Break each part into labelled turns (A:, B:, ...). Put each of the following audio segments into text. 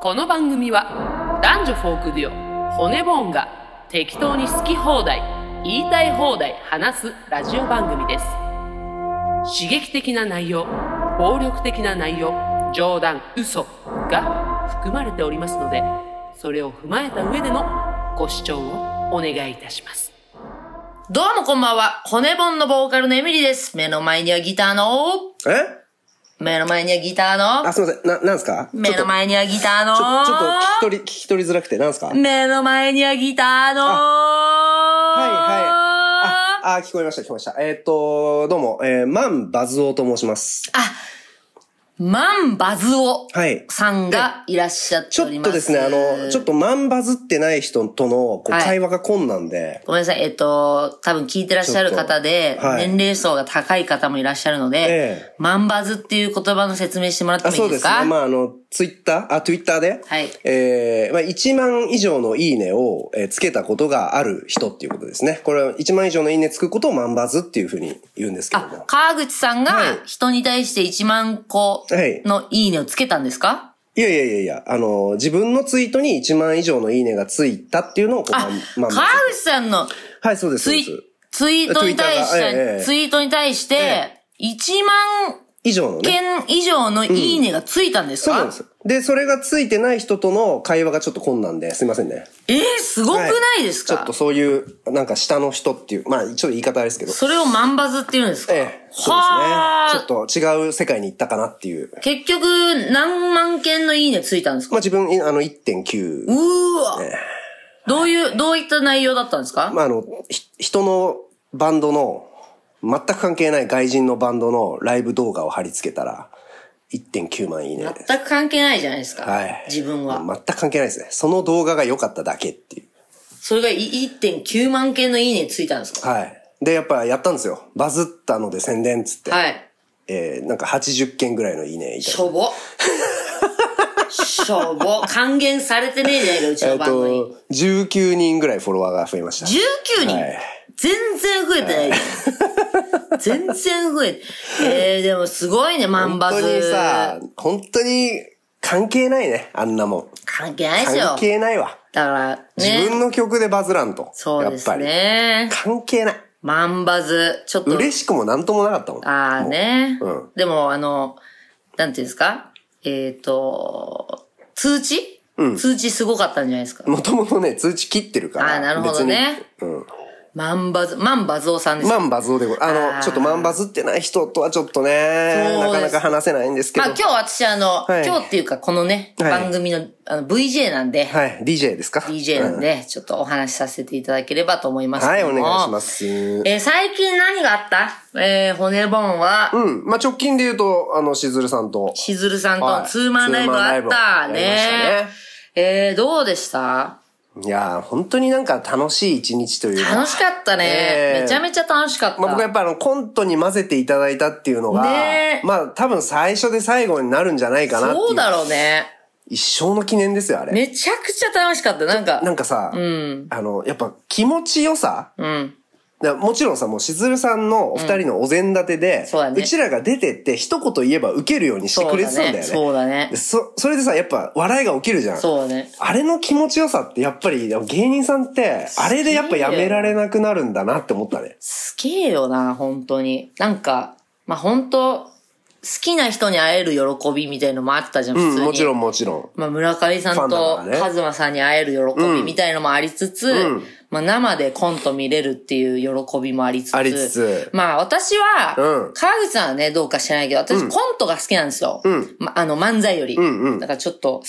A: この番組は男女フォークデュオ骨ボーンが適当に好き放題言いたい放題話すラジオ番組です刺激的な内容暴力的な内容冗談嘘が含まれておりますのでそれを踏まえた上でのご視聴をお願いいたします
B: どうもこんばんは。骨盆のボーカルのエミリです。目の前にはギターの、
C: え
B: 目の前にはギターの
C: あ、、すいません。な、なんすか
B: 目の前にはギター
C: ちょっと、ちょっと聞き
B: の、
C: 取り、聞 き取りづらくて、なんすかはいはい。
B: 目の前にはギターの、
C: あ、あ聞こえました、聞こえました。えーっ、と、どうも、えー、マンバズオと申します。
B: マンバズオ
C: はい。
B: さんがいらっしゃって
C: ち
B: お
C: ょ
B: り
C: っ
B: ます。
C: とですね、あの、ちょっとマンバズってない人とのこう
B: はい
C: 会話が困難で、
B: ごめんなさい、えっと、多分聞いてらっしゃる方で、
C: ちょっとはい
B: 年齢層が高い方もいらっしゃるので、
C: ええ
B: マンバズっていう言葉の説明してもらって
C: あ、
B: もい
C: そ
B: いうで
C: ですすね
B: か。
C: まあ、あの、ツイッターあ、ツイッターで、
B: はい
C: えーまあ、1万以上のいいねを、えーつけたことがある人っていうことですね。これは1万以上のいいねつくことをマンバズっていうふうに言うんですけど
B: あ
C: も、。
B: 川口さん
C: はい
B: が人に対して1万個のいいねをつけたんですか、
C: いやいやいやいや、あの、自分のツイートに1万以上のいいねがついたっていうのをこう、
B: あ、川
C: マンバズ
B: 口さんの
C: はい、そうです。そ
B: ツ
C: う
B: イ
C: です
B: ツイートに対し
C: ツイッターがえ
B: て、
C: え
B: ツイートに対して、1万
C: 以上のね。
B: 件以上のいいねがついたんです
C: そう
B: か、
C: なんです。で、それがついてない人との会話がちょっと困難で、すいませんね。
B: えー、すごくないです
C: ちょ
B: か、
C: っとそういう、なんか下の人っていう、まあ、ちょっと言い方ですけど。
B: それをマンバズって言うんですか、
C: ええ、そう
B: はあ
C: ですね。ちょっと違う世界に行ったかなっていう。
B: 結局、何万件のいいねついたんですか
C: まあ自分、あの、1.9。
B: うーわ、どういう、どういった内容だったんですか、
C: まあ、あの、ひ人のバンドの、全く関係ない外人のバンドのライブ動画を貼り付けたら、1.9万いいねです。
B: 全く関係ないじゃないですか、
C: はい。
B: 自分は。
C: 全く関係ないですね。その動画が良かっただけっていう。
B: それがい1.9万件のいいねついたんですか
C: はい。で、やっぱやったんですよ。バズったので宣伝っつって。
B: はい。
C: えー、なんか80件ぐらいのいいねいただい
B: してょぼ。しょぼ。還元されてねえじゃないか、うち
C: え
B: の
C: っ
B: 番組。
C: と、19人ぐらいフォロワーが増えました。
B: 19人、
C: はい
B: 全然増えてない。全然増えて。えー、でもすごいね、マン
C: 本
B: バ
C: 当に
B: ズ。
C: さ、本当に関係ないね、あんなもん。
B: 関係ないですよ
C: 関。係ないわ。
B: だから
C: 自
B: ね。
C: 分の曲でバズらんと。
B: そうです
C: やっ
B: ね
C: ぱり。。関係ない。
B: マンバズ。ちょっと。
C: 嬉しくもなんともなかったもん。
B: ああね、
C: もううん
B: でも、あの、なんていうんですかえっ、と、通知、通知すごかったんじゃないですか。
C: もともとね、通知切ってるから。
B: あーなるほどね
C: 別に。うん。
B: マンバズ、マンバズオさんです。
C: マンバズをでごあの
B: あー
C: ちょっとマンバズってない人とはちょっとね、
B: そう
C: な
B: です
C: かなか話せないんですけ
B: まあ
C: ど。
B: 今日私あの、
C: はい
B: 今日っていうかこのね、
C: はい
B: 番組のあの VJ なんで、
C: はい、DJ ですか
B: DJ なんで、ちょっとお話しさせていただければと思います
C: は
B: け
C: い、
B: ど
C: お
B: も。
C: 願いしま。す。
B: えー最近何があったえー、骨ボンは、
C: うん。まあ、直近で言うと、あの、しずるさんと。
B: しずるさんと
C: は
B: の
C: い
B: ツーマンライブあ
C: ツーマ
B: っ
C: ン
B: た
C: ライブやりました
B: ね。
C: ね
B: えー、どうでした
C: いやー、本当になんか楽しい一日というか。
B: 楽しかったね、
C: えー
B: めちゃめちゃ楽しかった。
C: まあ、僕はやっぱあの、コントに混ぜていただいたっていうのが、
B: ねえ
C: まあ、多分最初で最後になるんじゃないかなっていう。
B: そうだろうね。
C: 一生の記念ですよ、あれ。
B: めちゃくちゃ楽しかった。なんか、
C: なんかさ、あの、やっぱ気持ちよさ
B: うん。
C: だからもちろんさ、もうしずるさんのお二人のお膳立てで、
B: そうだね
C: ちらが出てって一言言えば受けるようにしてくれてたんだよね。
B: そうだね
C: でそ、それでさ、やっぱ笑いが起きるじゃん。
B: そうだね。
C: あれの気持ちよさってやっぱり芸人さんって、あれでやっぱやめられなくなるんだなって思ったね。
B: すげえよな、本当に。なんか、まあ、本当好きな人に会える喜びみたいのもあったじゃん、普
C: う
B: 通に。
C: ん、もちろんもちろん。
B: まあ、村上さ
C: ファ
B: ん
C: ンだ
B: と
C: からね
B: カズマさんに会える喜びみたいのもありつつ、
C: うん
B: まあ、生でコント見れるっていう喜びもありつつ。
C: ありつつ
B: まあ、私は、
C: うん
B: 川口さんはね、どうか知らないけど、私コントが好きなんですよ。
C: ん
B: まあの、漫才より。
C: んうん
B: だからちょっと、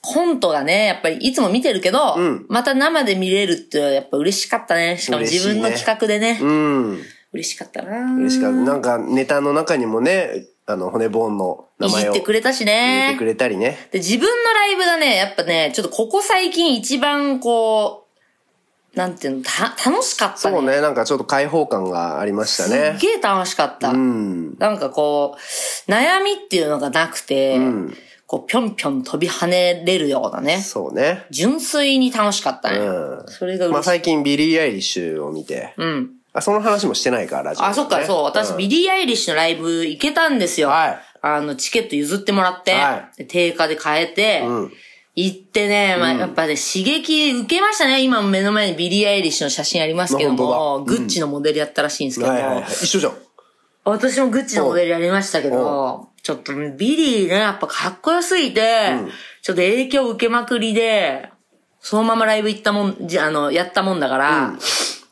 B: コントがね、やっぱりいつも見てるけど、
C: ん
B: また生で見れるってやっぱ嬉しかったね。しかも自分の
C: 嬉しいね
B: 企画でね。
C: うん。
B: 嬉しかったな
C: 嬉しかった。なんかネタの中にもね、あの、骨ボーンの名
B: いじ
C: 前
B: っ
C: を
B: てくれたしね。
C: 入れてくれたりね。
B: で、自分のライブがね、やっぱね、ちょっとここ最近一番こう、なんていうの、た、楽しかったね。
C: そうね、なんかちょっと開放感がありましたね。
B: すっげえ楽しかった。
C: うん。
B: なんかこう、悩みっていうのがなくて、
C: ん
B: こう、ぴょんぴょん飛び跳ねれるようなね。
C: そうね。
B: 純粋に楽しかったね。
C: うん
B: それが
C: ま
B: 嬉
C: あ
B: しい。
C: 最近ビリー・アイリッシュを見て。
B: うん。
C: あ、その話もしてないから、ラジオでね、
B: あ、そっか、そう。私、
C: ん
B: ビリー・アイリッシュのライブ行けたんですよ。
C: はい
B: あの、チケット譲ってもらって、
C: は
B: で定価で買えて、
C: うん
B: 行ってね、まあ、やっぱね、刺激受けましたね。今目の前にビリー・アイリッシュの写真ありますけど
C: まあ本
B: も、グッチのモデルやったらしいんですけど、
C: はいはいはい。一緒じゃん。
B: 私もグッチのモデルやりましたけど、ちょっとビリーね、やっぱかっこよすぎて、ちょっと影響受けまくりで、そのままライブ行ったもん、じあの、やったもんだから、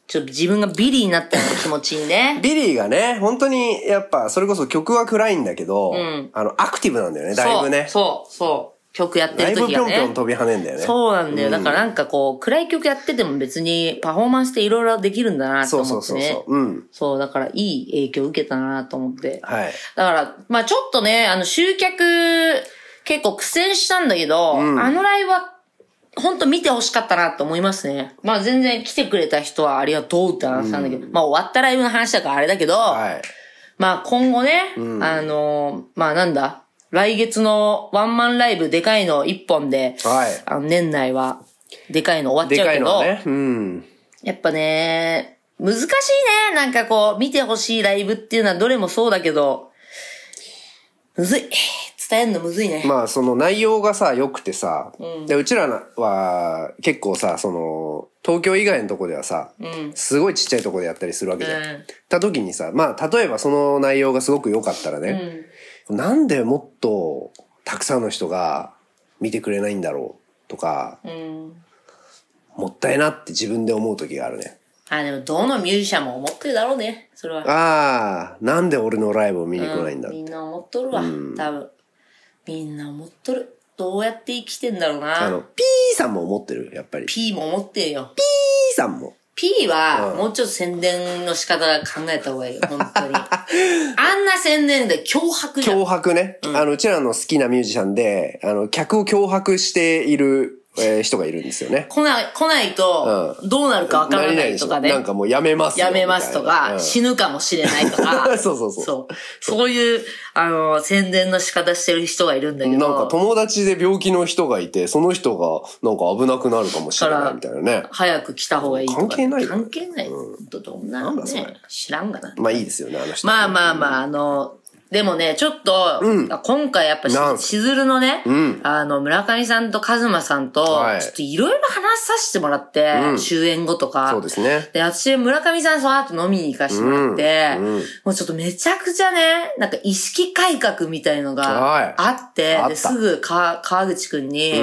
B: ちょっと自分がビリーになったような 気持ちにね。
C: ビリーがね、本当に、やっぱ、それこそ曲は暗いんだけど、あの、アクティブなんだよね、だいぶね。
B: そう、そう、そう。曲やって
C: だ
B: る
C: いぶ
B: 時
C: ぴょ
B: が
C: んぴょ
B: ね
C: ん。飛び跳ねんだよね。
B: そうなんだよ。だからなんかこう、暗い曲やってても別にパフォーマンスっていろいろできるんだなと
C: そう
B: 思
C: そ
B: っ
C: う
B: て
C: そう
B: ね。
C: そう。うん。
B: そう、だからいい影響受けたなと思って。
C: はい。
B: だから、まあちょっとね、あの集客結構苦戦したんだけど、あのライブは本当見てほしかったなと思いますね。まあ全然来てくれた人はありがとうって話なんだけど、まあ終わったライブの話だからあれだけど、
C: はい。
B: まあ今後ね、あの、まあなんだ、来月のワンマンライブでかいの一本で、
C: はい
B: あの年内はでかいの終わっ
C: で
B: ちゃう
C: か
B: け
C: い
B: ど、
C: のはね。うん。
B: やっぱね、難しいね。なんかこう、見てほしいライブっていうのはどれもそうだけど、むずい。伝えるのむずいね。
C: まあ、その内容がさ、良くてさ、で、うちらは、結構さ、その、東京以外のとこではさ、すごいちっちゃいとこでやったりするわけじゃん。
B: うん
C: た時にさ、まあ、例えばその内容がすごく良かったらね、なんでもっとたくさんの人が見てくれないんだろうとか、
B: うん。
C: もったいなって自分で思う時があるね。
B: あ、でもどのミュージシャンも思ってるだろうね。それは。
C: ああ、なんで俺のライブを見に来ないんだ
B: う
C: っ
B: ん
C: て。
B: みんな思っとるわ。多分。みんな思っとる。どうやって生きてんだろう
C: あ
B: な
C: の、。P さんも思ってる、やっぱり。P
B: P も思ってるよ。
C: さんも。
B: P は、
C: うん
B: もうちょっと宣伝の仕方が考えた方がいいよ、本当 に。あんな宣伝で脅迫じゃん。
C: 脅迫ね。あの、うちらの好きなミュージシャンで、あの、客を脅迫している、えー人がいるんですよね。
B: 来ない、来ないと、どうなるかわからないとかね。
C: なりないでしょなんかもうやめますよ
B: やめますと
C: みたいな
B: か、
C: うん
B: 死ぬかもしれないとか。
C: そうそうそう
B: そう。そういう、あの、宣伝の仕方してる人がいるんだけど。
C: なんか友達で病気の人がいて、その人がなんか危なくなるかもしれないみたいなね。
B: 早く来た方がいいとか。
C: 関係ないよ
B: 関係ない。どどんな
C: なん
B: の
C: だそれ
B: ね。知らんがな。
C: まあいいですよね、あの人。
B: まあまあまあ、あの、でもね、ちょっと、今回やっぱし
C: なん、す
B: しずるのね、
C: ん
B: あの、村上さんと和馬さんと、
C: はい
B: ちょっといろいろ話させてもらって、終演後とか。
C: そうですね。
B: で、私、村上さん、その後飲みに行かしてもらって、もうちょっとめちゃくちゃね、なんか意識改革みたいの
C: はい
B: があって、
C: あった
B: ですぐか川口くんに、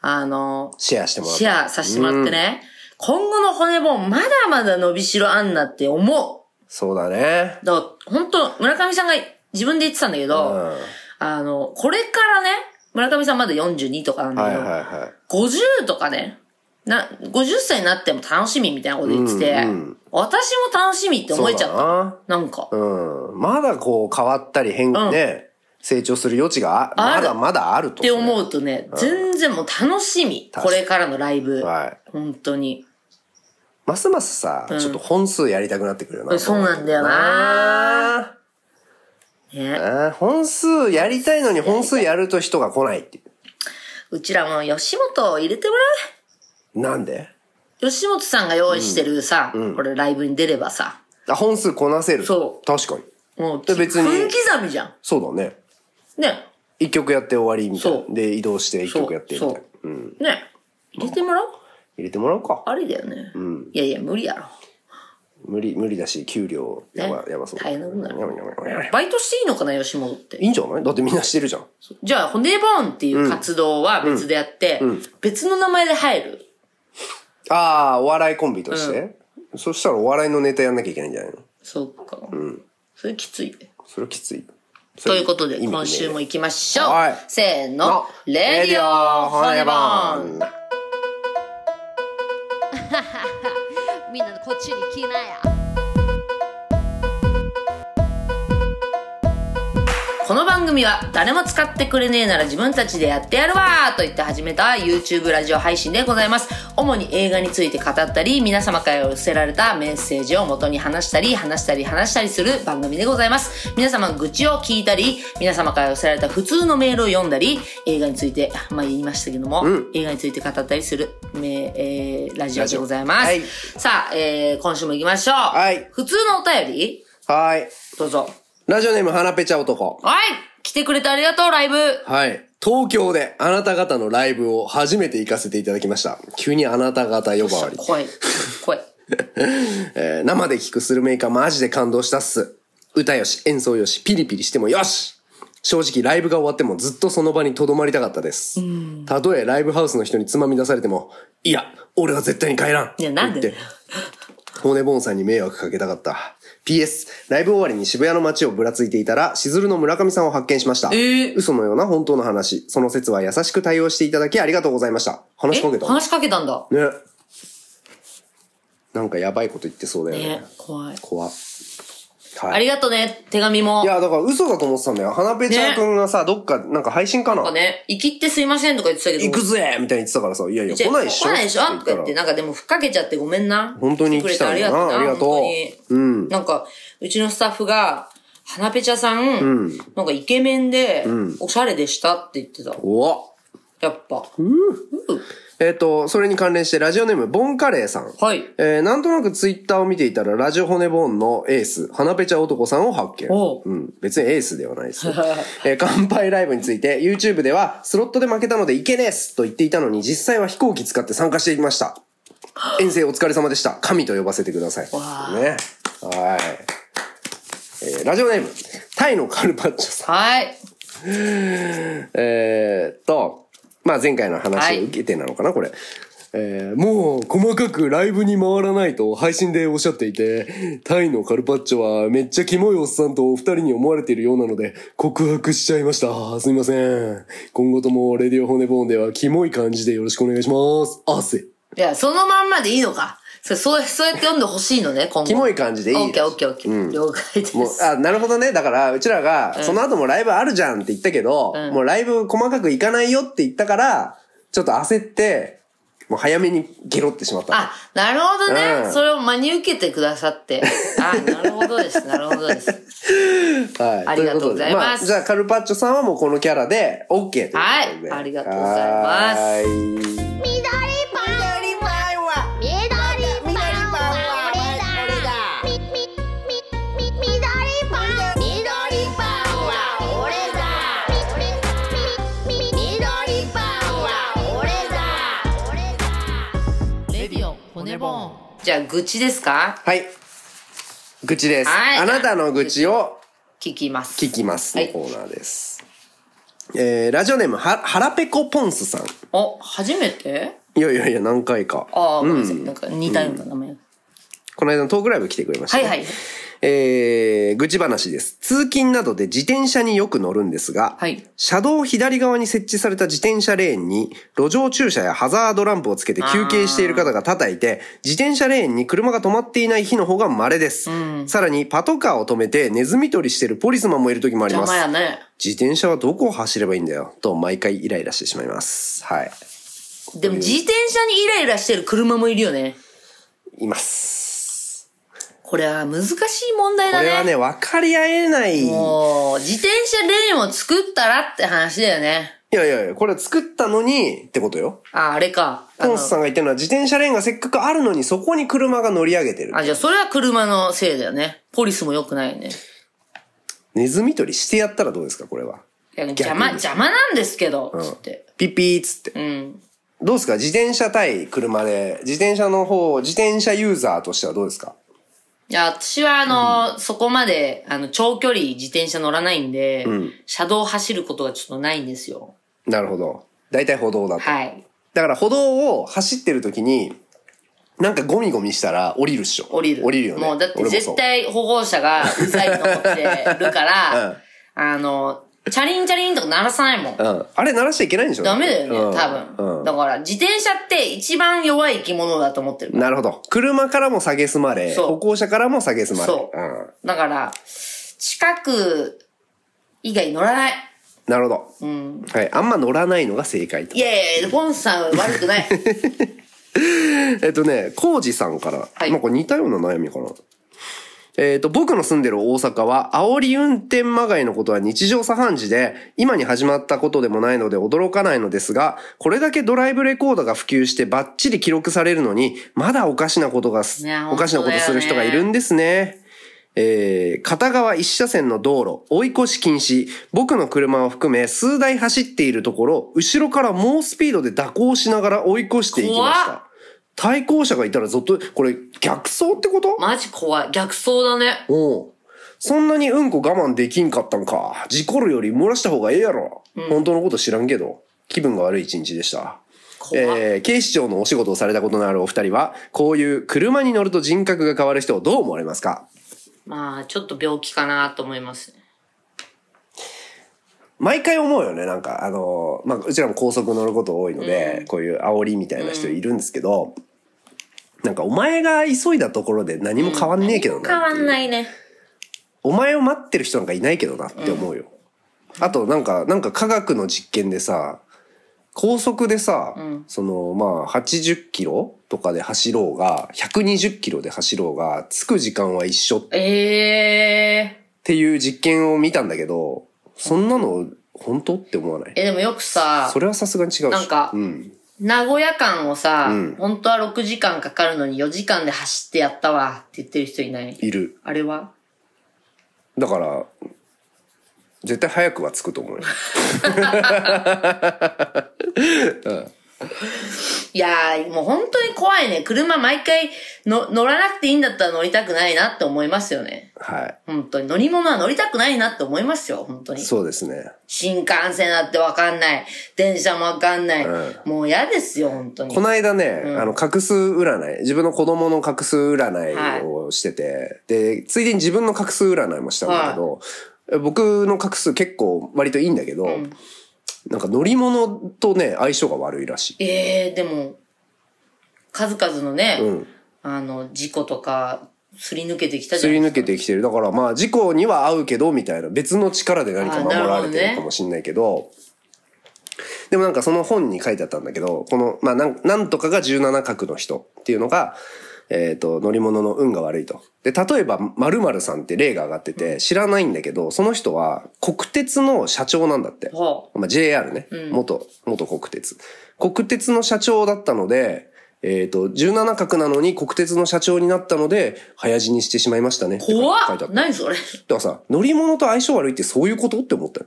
B: あの、
C: シェアしてもらって。
B: シェアさせてもらってね、今後の骨もまだまだ伸びしろあんなって思
C: そうだね。
B: う。だから、本当村上さんが自分で言ってたんだけど、
C: うん。
B: あの、これからね、村上さんまだ42とかなんだ
C: は
B: け
C: い
B: ど、
C: はいはい。
B: 50とかね、な、50歳になっても楽しみみたいなこと言ってて、
C: うんう
B: 私も楽しみって思えちゃ
C: そ
B: っ
C: う
B: た。
C: だな
B: なんか、
C: うん。まだこう変わったり変、
B: ん
C: ね、成長する余地があ、
B: あ
C: ま
B: る
C: だまだあると。
B: って思
C: う。
B: うとね、全然もう楽しみ。
C: 確
B: こ
C: かに
B: れからのライブ。
C: はい。
B: 本当に。
C: ますますさ、ちょっと本数やりたくなってくるよな。
B: そうなんだよなね。
C: なあ本数やりたいのに本数やると人が来ないっていう
B: ちらも吉本を入れてもら
C: う。なんで
B: う吉本さんが用意してるさ、これライブに出ればさ、
C: あ本数こなせる。。
B: そう
C: 確かに。
B: もう、
C: で別に
B: 分刻みじゃ
C: そうだね。
B: ん。ね。
C: 一曲やって終わりみたい
B: そ
C: な。で、移動して一
B: そう
C: 曲やってみたい
B: そ
C: な。
B: う。ね。入れてもらおう
C: 入れてもらおうか。
B: ありだよね。いやいや、無理やろ。
C: 無理、無理だし、給料、やば、
B: ね
C: やばそう。
B: 大変なことになる
C: やばいやばいやばいやばい
B: バイトしていいのかな、吉本って
C: い。いんじゃないだってみんなしてるじゃん。
B: じゃあ、骨ボーンっていう活動は別でやって、別の名前で入る。
C: ああ、お笑いコンビとして、そしたらお笑いのネタやんなきゃいけないんじゃないの
B: そうか。それきついね。
C: それきつい。
B: ということで、
C: 意味ね
B: 今週も行きましょう。
C: はい
B: せーの、レディオホネボーン
C: ン
D: みんなこっちに来なや。
B: この番組は、誰も使ってくれねえなら自分たちでやってやるわーと言って始めた YouTube ラジオ配信でございます。主に映画について語ったり、皆様から寄せられたメッセージを元に話したり、話したり話したりする番組でございます。皆様の愚痴を聞いたり、皆様から寄せられた普通のメールを読んだり、映画について、まあ言いましたけども、映画について語ったりする、めえーラジオでございます。
C: はい
B: さあ、えー、今週も行きましょう。
C: はい
B: 普通のお便り
C: はい。
B: どうぞ。
C: ラジオネーム、はなぺちゃ男。
B: はい来てくれてありがとう、ライブ
C: はい。東京であなた方のライブを初めて行かせていただきました。急にあなた方呼ばわり。
B: 怖い。怖い。
C: えー生で聴くスルメイカマジで感動したっす。歌よし、演奏よし、ピリピリしてもよし正直ライブが終わってもずっとその場に留まりたかったです。たとえライブハウスの人につまみ出されても、いや、俺は絶対に帰らん
B: いやなんで
C: と言って骨ボンさんに迷惑かけたかった。PS、ライブ終わりに渋谷の街をぶらついていたら、しずるの村上さんを発見しました。
B: えー
C: 嘘のような本当の話。その説は優しく対応していただきありがとうございました。話しかけ
B: え
C: た。
B: 話しかけたんだ。
C: ね。なんかやばいこと言ってそうだよね。
B: ね、怖い。
C: 怖っ。
B: あ
C: は
B: り
C: い。
B: がとね、手紙も。
C: いや、だから嘘だと思ってたんだよ。花ぺちゃんくんがさ、どっか、なんか配信かな
B: なんかね、生きってすいませんとか言ってたけど。
C: 行くぜみたいに言ってたからさ、いやいや、
B: じゃ
C: 来
B: あ
C: ないでしょ
B: 来ないでしょとか言って、
C: たら
B: なんかでも、ふっかけちゃってごめんな。
C: 本当に
B: 来てく
C: 来
B: れて
C: た
B: あ
C: ん
B: りが
C: だ
B: とう
C: な。
B: な。
C: ありがと
B: 本
C: う。
B: 当
C: う
B: に
C: ん。
B: なんか、うちのスタッフが、花ぺちゃさん、
C: ん
B: なんかイケメンで、おしゃれでしたって言ってた。
C: おわ
B: やっぱ。
C: えっ、と、それに関連して、ラジオネーム、ボンカレーさん。
B: はい
C: えー、なんとなくツイッターを見ていたら、ラジオ骨ボーンのエース、花ペチャ男さんを発見。
B: おう
C: うん。別にエース ではないですよ。えー、乾杯ライブについて、YouTube では、スロットで負けたのでいけねえっすと言っていたのに、実際は飛行機使って参加していました。遠征お疲れ様でした。神と呼ばせてください。ね。はい。えー、ラジオネーム、タイのカルパッチョさん。
B: はい。
C: えーっと、まあ前回の話を受けてなのかな、これ。えーもう細かくライブに回らないと配信でおっしゃっていて、タイのカルパッチョはめっちゃキモいおっさんとお二人に思われているようなので告白しちゃいました。すみません。今後ともレディオホネボーンではキモい感じでよろしくお願いします。汗。
B: いや、そのまんまでいいのか。そそう、そうやって読んでほしいのね、今後。
C: キモい感じでいい
B: オッケーオッケーオッケー。了解です。
C: もう、あ、なるほどね。だから、うちらが、その後もライブあるじゃんって言ったけど、
B: ん
C: もうライブ細かく行かないよって言ったから、ちょっと焦って、もう早めにゲロってしまった。
B: あ、なるほどね。
C: うん
B: それを真に受けてくださ って。あ、なるほどです。なるほどです。
C: はい。
B: ありがとうございます
C: とうことであ、じゃあ、カルパッチョさんはもうこのキャラで、OK ということで。
B: はいありがとうございます
C: はい
D: 緑パン緑パンは緑パンは俺だみみみみ緑パン緑パンは俺だみみみみ緑パンは俺だ俺だ
B: じゃあ、愚痴ですか
C: はい。愚痴です。
B: はい
C: あなたの愚痴を
B: 聞きます。
C: 聞きます
B: は
C: の
B: い
C: コーナーです。えー、ラジオネーム、は、はらぺこぽんすさん。
B: お、初めて
C: いやいやいや、何回か。
B: ああ、ごめんなさい。なんか似たような名前。
C: この間のトークライブ来てくれました、ね。
B: はいはい
C: えー、愚痴話です。通勤などで自転車によく乗るんですが、
B: はい
C: 車道左側に設置された自転車レーンに、路上駐車やハザードランプをつけて休憩している方が叩いて、自転車レーンに車が止まっていない日の方が稀です。さらに、パトカーを止めてネズミ捕りしてるポリスマンもいる時もあり
B: 邪
C: ます
B: 魔。やね。
C: 自転車はどこを走ればいいんだよ、と毎回イライラしてしまいます。はい。
B: でも自転車にイライラしてる車もいるよね。
C: います。
B: これは難しい問題
C: こ
B: だね。
C: れはね、分かり合えない。
B: もう、自転車レーンを作ったらって話だよね。
C: いやいやいや、これは作ったのにってことよ。
B: あ、あれか。あ
C: ポ
B: の
C: ンスさんが言ってるのは自転車レーンがせっかくあるのにそこに車が乗り上げてる。
B: あ、じゃあそれは車のせいだよね。ポリスも良くないよね。
C: ネズミ捕りしてやったらどうですかこれは。
B: いや邪魔、邪魔なんですけど、つって。
C: ピピーっつって。
B: うん。
C: どうですか自転車対車で、自転車の方、自転車ユーザーとしてはどうですか
B: いや、私はあの、そこまで、あの、長距離自転車乗らないんで、車道を走ることがちょっとないんですよ。
C: なるほど。大体歩道だと。
B: はい。
C: だから歩道を走ってる時に、なんかゴミゴミしたら降りるっしょ。
B: 降りる。
C: 降りるよね。
B: もうだって
C: 俺もそう
B: 絶。対歩行者がうざいと思ってるから、
C: うん
B: あの、チャリンチャリンとか鳴らさないもん。
C: うん。あれ鳴らしちゃいけないんでしょ
B: ダメだよね、
C: うん
B: 多分、
C: うん
B: だから、自転車って一番弱い生き物だと思ってる。
C: なるほど。車からも下げすまれ、
B: そう
C: 歩行者からも下げすまれ。
B: そう
C: うん
B: だから、近く以外乗らない。
C: なるほど。はい。あんま乗らないのが正解と
B: い。やいや、ポンさんは悪く ない。
C: えっとね、コウジさんから。
B: はい
C: まあこれ似たような悩みかな。えっと、僕の住んでる大阪は、煽り運転まがいのことは日常茶飯事で、今に始まったことでもないので驚かないのですが、これだけドライブレコーダーが普及してバッチリ記録されるのに、まだおかしなことがす
B: いや、
C: おかしなことする人がいるんですね。えー、片側一車線の道路、追い越し禁止、僕の車を含め数台走っているところ、後ろから猛スピードで蛇行しながら追い越していきまし。
B: 怖った
C: 対向車がいたらぞっと、これ逆走ってこと
B: マジ怖い。逆走だね。
C: おうそんなにうんこ我慢できんかったんか。事故るより漏らした方がええやろ。本当のこと知らんけど、気分が悪い一日でした。
B: 怖い。
C: えー、警視庁のお仕事をされたことのあるお二人は、こういう車に乗ると人格が変わる人をどう思われますか
B: まあ、ちょっと病気かなと思いますね。
C: 毎回思うよね、なんか、あのー、まあ、うちらも高速乗ること多いので、こういう煽りみたいな人いるんですけど、なんかお前が急いだところで何も変わんねえけどなってい
B: 変
C: う
B: わんないね。
C: お前を待ってる人なんかいないけどなって思うよ。あとなんか、なんか科学の実験でさ、高速でさ、そのまあ80キロとかで走ろうが、120キロで走ろうが、着く時間は一緒っ
B: ええ
C: ていう実験を見たんだけど、そんなの本当って思わない
B: え、でもよくさ
C: そ、れはさすがに違うし。
B: なんか
C: うん。
B: 名古屋間をさ、
C: うん
B: 本当は6時間かかるのに4時間で走ってやったわって言ってる人いない
C: いる。
B: あれは
C: だから、絶対早くは着く と思うよ。
B: いやー、もう本当に怖いね。車毎回の乗らなくていいんだったら乗りたくないなって思いますよね。
C: は
B: 本当に。乗り物は乗りたくないなって思いますよ、本当に
C: い。。そうですね。
B: 新幹線だってわかんない。電車もわかんない。
C: うん
B: もう嫌ですよ、本当に
C: こ。の間ね、
B: うん
C: あの、画数占い、自分の子供の画数占いをしてて、で、ついでに自分の画数占いもしたんだけど、僕の画数結構割といいんだけど、
B: ん
C: なんか乗り物とね、相性が悪いらしい。
B: ええー、でも、数々のね、
C: うん。
B: あの、事故とか、すり抜けてきたじ
C: す
B: ゃな
C: り
B: いで
C: 抜
B: す
C: けてきてる。だからまあ、事故には合うけど、みたいな、別の力で何か守られてるかもしんないけど、でもなんかその本に書いてあったんだけど、この、まあなん、なんとかが17角の人っていうのが、えっ、と、乗り物の運が悪いと。で、例えば、〇〇さんって例が上がってて、知らないんだけど、その人は国鉄の社長なんだって。
B: か。は
C: まあ、JR ね、
B: うん
C: 元、元国鉄。国鉄の社長だったので、えっ、と、17角なのに国鉄の社長になったので、早死にしてしまいましたね。
B: あ、怖
C: って書いてあ
B: っ
C: った。だ
B: 何それ
C: からさ、乗り物と相性悪いってそういうことって思ったよ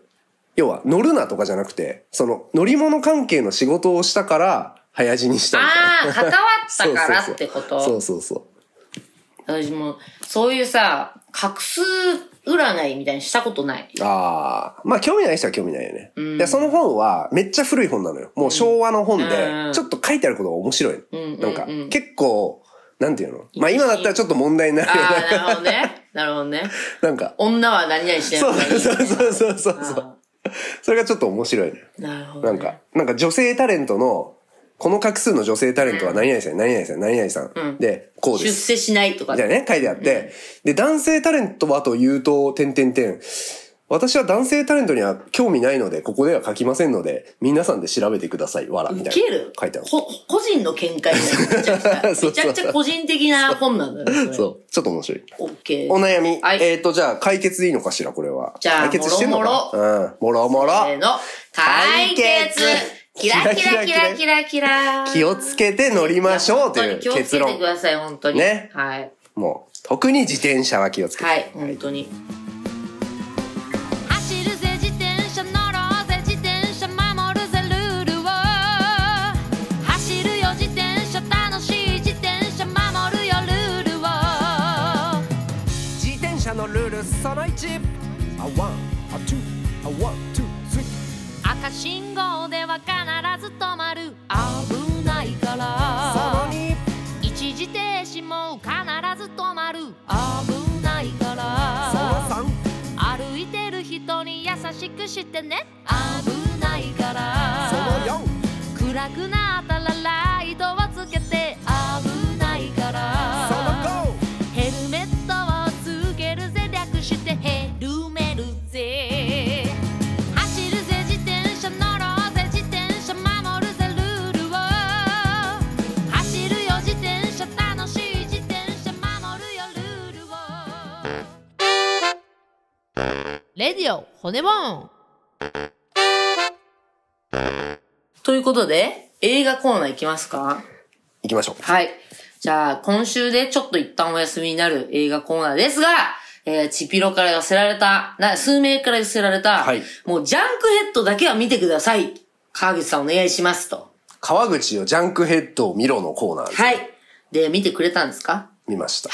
C: 要は、乗るなとかじゃなくて、その、乗り物関係の仕事をしたから、早死にしたみ
B: あ あ、
C: たい
B: 関わ
C: な。
B: ったからってこと。
C: そうそうそう。
B: 私も、そういうさ、画数占いみたいにしたことない。
C: ああ。まあ、興味ない人は興味ないよね。
B: うん
C: で、その本は、めっちゃ古い本なのよ。もう昭和の本
B: う
C: で
B: ん、
C: ちょっと書いてあることが面白いの。
B: うんうんうん
C: なんか、結構、なんていうのまあ、今だったらちょっと問題にな
B: あ
C: るよ
B: あ、なるほ
C: ね。
B: どね。なるほどね。
C: なんか、
B: 女は何々して
C: そ
B: な
C: う
B: いの
C: そうそうそうそうそう。
B: あ
C: それがちょっと面白いのよ。
B: ーなるほど
C: な
B: ね、
C: んか、なんか女性タレントの、この画数の女性タレントは何々さん、何々さん、何々さ
B: うん
C: ん。で、こうで
B: 出
C: す。
B: 世しないとか
C: みたいなね、書いてあって。で、男性タレントはというと、点点点。私は男性タレントには興味ないので、ここでは書きませんので、皆さんで調べてください。わら、みたいな。
B: 受ける
C: 書いてある。
B: こ個人の見解みたいなめちゃくちゃ
C: そうそう
B: めちゃくちゃ個人的な本なんだね。。
C: そうう。ちょっと面白い。
B: オッケー。
C: お悩み。
B: はい
C: えっ、と、じゃあ、解決でいいのかしら、これは。
B: じゃあ
C: 解決してんのかなうん。もろもろ。
B: せーの。解決キラキラキラキラキラ
C: 気をつけて乗りましょうという
B: 本当に気をつ
C: 結
B: けて
C: 論
B: く。ださい、本当に。
C: ね
B: はい。
C: もう、特に自転車は気をつけて。
B: はい、本当に。
E: 走るぜ自転車乗ろうぜ自転車守るぜルールを走るよ自転車楽しい自転車守るよルールを
C: 自転車のルールその1。あ、ワン、あ、ツー、あ、ワン、ツー、スリー。
E: 赤信号では必ず止まる危ないから
C: 2。
E: 一時停止も必ず止まる危ないから
C: 3。
E: 歩いてる人に優しくしてね危ないから暗くなったらライトをつけて危ないからヘルメットをつけるぜ略してヘルメルぜ走るぜ自転車乗ろうぜ自転車守るぜルールを走るよ自転車楽しい自転車守るよルールをレディオ骨ボーン
B: ということで、映画コーナーいきますか
C: 行きましょう。
B: はい。じゃあ、今週でちょっと一旦お休みになる映画コーナーですが、ええー、チピロから寄せられた、な、数名から寄せられた、
C: はい
B: もうジャンクヘッドだけは見てください。川口さんお願いしますと。
C: 川口よジャンクヘッドを見ろのコーナーです、
B: はい。で、見てくれたんですか
C: 見ました。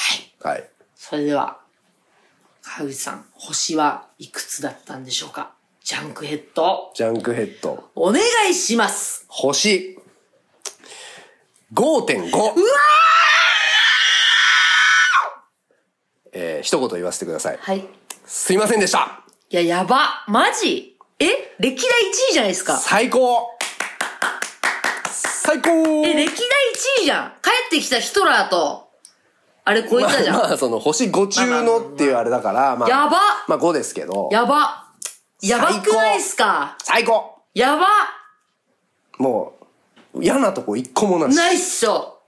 C: はい。
B: それでは、川口さん、星はいくつだったんでしょうかジャンクヘッド、
C: ジャンクヘッド、
B: お願いします
C: 星5.5。うわえー、一言言わせてください。
B: はい。い
C: すいませんでした
B: や、やば。マジえ歴代1位じゃないですか。
C: 最高最高
B: え、歴代1位じゃん帰ってきたヒトラーと、あれ超えたじゃん。
C: まあ、まあその、星5中のっていうあれだから、まあ、
B: やば
C: まあ5ですけど、
B: やば。やばくないっすか
C: 最高
B: やば
C: もう、嫌なとこ一個もなし。
B: ないっしょ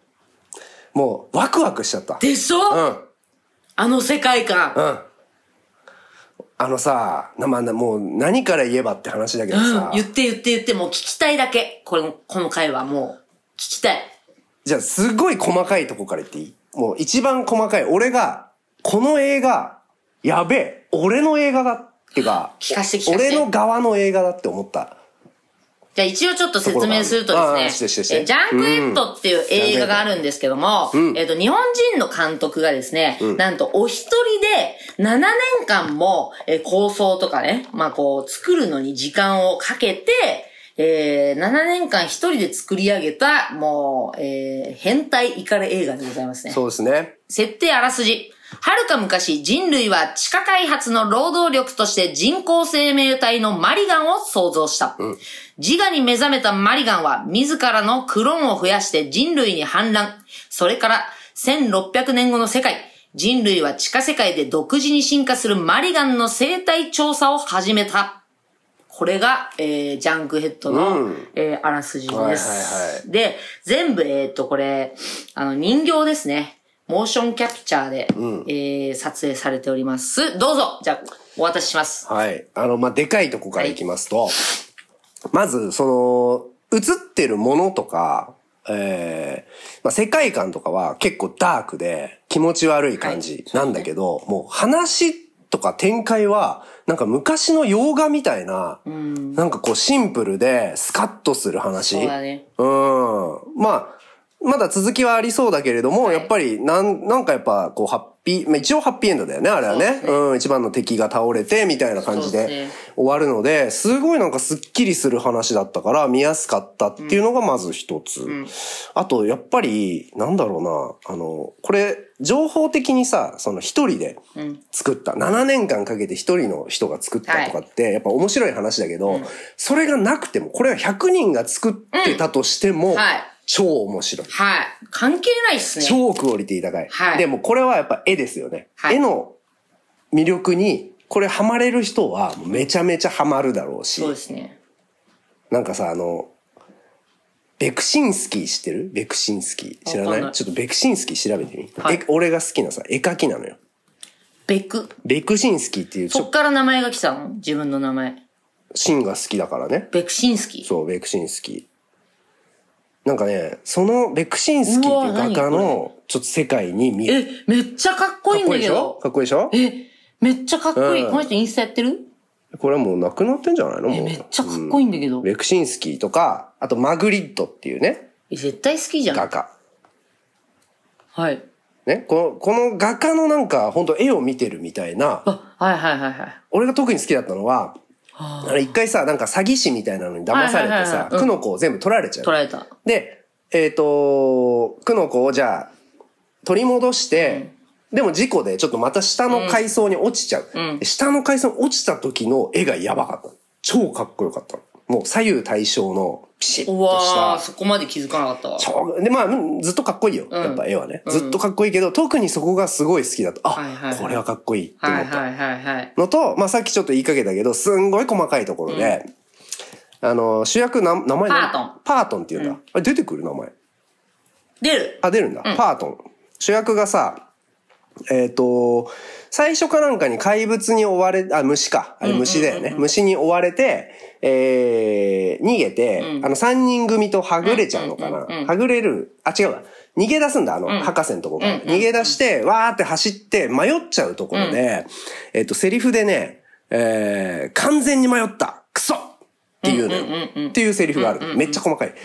C: もう、ワクワクしちゃった。
B: でしょ、
C: うん、
B: あの世界観。
C: うん。あのさ、なまあ、なもう何から言えばって話だけど
B: うん
C: さ、、
B: 言って言って言って、もう聞きたいだけ。この、この回はもう、聞きたい。
C: じゃあすごい細かいとこから言っていいもう一番細かい。俺が、この映画、やべえ、俺の映画だってか、
B: 聞かせて聞かせ
C: 俺
B: て
C: の側の映画だって思った。
B: じゃあ一応ちょっと説明すると
C: ところがあるあ
B: で
C: ーしてしてし
B: す
C: て
B: ね、えジャンクヘッドっていう映画があるんですけども、えっ、と、日本人の監督がですね、なんとお一人で7年間も、えー構想とかね、まあこう、作るのに時間をかけて、えー、7年間一人で作り上げた、もう、えー、変態イカレ映画でございますね。
C: そうですね。
B: 設定あらすじ。はるか昔、人類は地下開発の労働力として人工生命体のマリガンを創造した。自我に目覚めたマリガンは自らのクローンを増やして人類に反乱。それから1600年後の世界、人類は地下世界で独自に進化するマリガンの生態調査を始めた。これが、えー、ジャンクヘッドの、えーあらすじです。
C: はいはいはい
B: で、全部、えっ、と、これ、あの、人形ですね。モーションキャプチャーで、えー撮影されております。どうぞじゃあ、お渡しします。
C: はい。あの、まあ、でかいとこからいきますと、まず、その、映ってるものとか、えーまあ、世界観とかは結構ダークで気持ち悪い感じなんだけど、もう話とか展開は、なんか昔の洋画みたいな、なんかこうシンプルでスカッとする話。
B: そうだね。
C: うん。まあ、まだ続きはありそうだけれども、
B: い
C: やっぱり、なん、なんかやっぱ、こう、ハッピー、まあ一応ハッピーエンドだよね、あれは
B: そう
C: ね。
B: ですね
C: うん、一番の敵が倒れて、みたいな感
B: そ
C: じ
B: うで
C: です
B: ね
C: 終わるので、すごいなんかスッキリする話だったから、見やすかったっていうのがまず一つ。あと、やっぱり、なんだろうな、あの、これ、情報的にさ、その一人で作った、7年間かけて一人の人が作ったとかって、やっぱ面白い話だけど、それがなくても、これは100人が作ってたとしても、
B: はい
C: 超面白い。
B: はい。関係ないっすね。
C: 超クオリティ高い。
B: はい
C: でもこれはやっぱ絵ですよね。
B: はい
C: 絵の魅力に、これハマれる人はめちゃめちゃハマるだろうし
B: そう、ですね。
C: なんかさ、あの、ベクシンスキー知ってるベクシンスキー。知ら
B: わ
C: な
B: か
C: い
B: んない
C: ちょっとベクシンスキー調べてみ、
B: はい
C: え俺が好きなさ、絵描きなのよ。
B: ベク。
C: ベクシンスキーっていう、ち
B: そ
C: ょ
B: っから名前が来たの自分の名前。
C: シンが好きだからね。
B: ベクシンスキー。
C: そう、ベクシンスキー。なんかね、そのベクシンスキーっていう
B: うわ何
C: 画家
B: こ
C: の、ちょっと世界に見える。
B: え、めっちゃかっこいいんだ
C: いいで
B: け
C: しょ
B: ど。
C: かっこいいでしょ
B: え、めっちゃかっこいい。
C: うん
B: この人インスタやってる
C: これはもうなくなってんじゃないの
B: え、
C: もう。
B: めっちゃかっこいいんだけど。
C: ベクシンスキーとか、あとマグリットっていうね、
B: え絶対好きじゃ
C: 画
B: ん。
C: 家。
B: はい。
C: ね、この、この画家のなんか、本当絵を見てるみたいな、
B: あ、はいはいはいはい。
C: 俺が特に好きだったのは、あれ一回さ、なんか詐欺師みたいなのに騙され
B: はいはい
C: て
B: はいは
C: さ
B: い、うん
C: クノコを全部取られちゃう。
B: 取られた。
C: で、えっ、と、クノコをじゃあ、取り戻して、でも事故でちょっとまた下の階層に落ちちゃう。
B: うん
C: で下の階層に落ちた時の絵がやばかった。超かっこよかった。もう左右対称のピシッ
B: う
C: とし
B: わー、
C: た。
B: そこまで気づかなかったわ。
C: 超で、まあ、うんずっとかっこいいよ。
B: うん
C: やっぱ絵はね。
B: うん
C: ずっとかっこいいけど、特にそこがすごい好きだと。あ、
B: はいはいはい
C: これはかっこいいって思
B: は
C: っ
B: い
C: た。
B: はいはいはい。
C: のと、まあ、さっきちょっと言いかけたけど、すんごい細かいところで、あの、主役な、名前
B: パ
C: なん
B: ートン
C: パートンって言うんだ。あれ出てくる名前。
B: 出る
C: あ、出るんだ。パートン。主役がさ、えっ、と、最初かなんかに怪物に追われ、あ、虫か。あれ虫だよね。虫に追われて、えー、逃げて、あの、三人組とはぐれちゃうのかな。はぐれる、あ、違うわ。逃げ出すんだ、あの、博士のとこから。逃げ出して、わーって走って、迷っちゃうところで、えっ、と、セリフでね、えー、完全に迷った。クソっていうのよ、っていうセリフがある。めっちゃ細かい。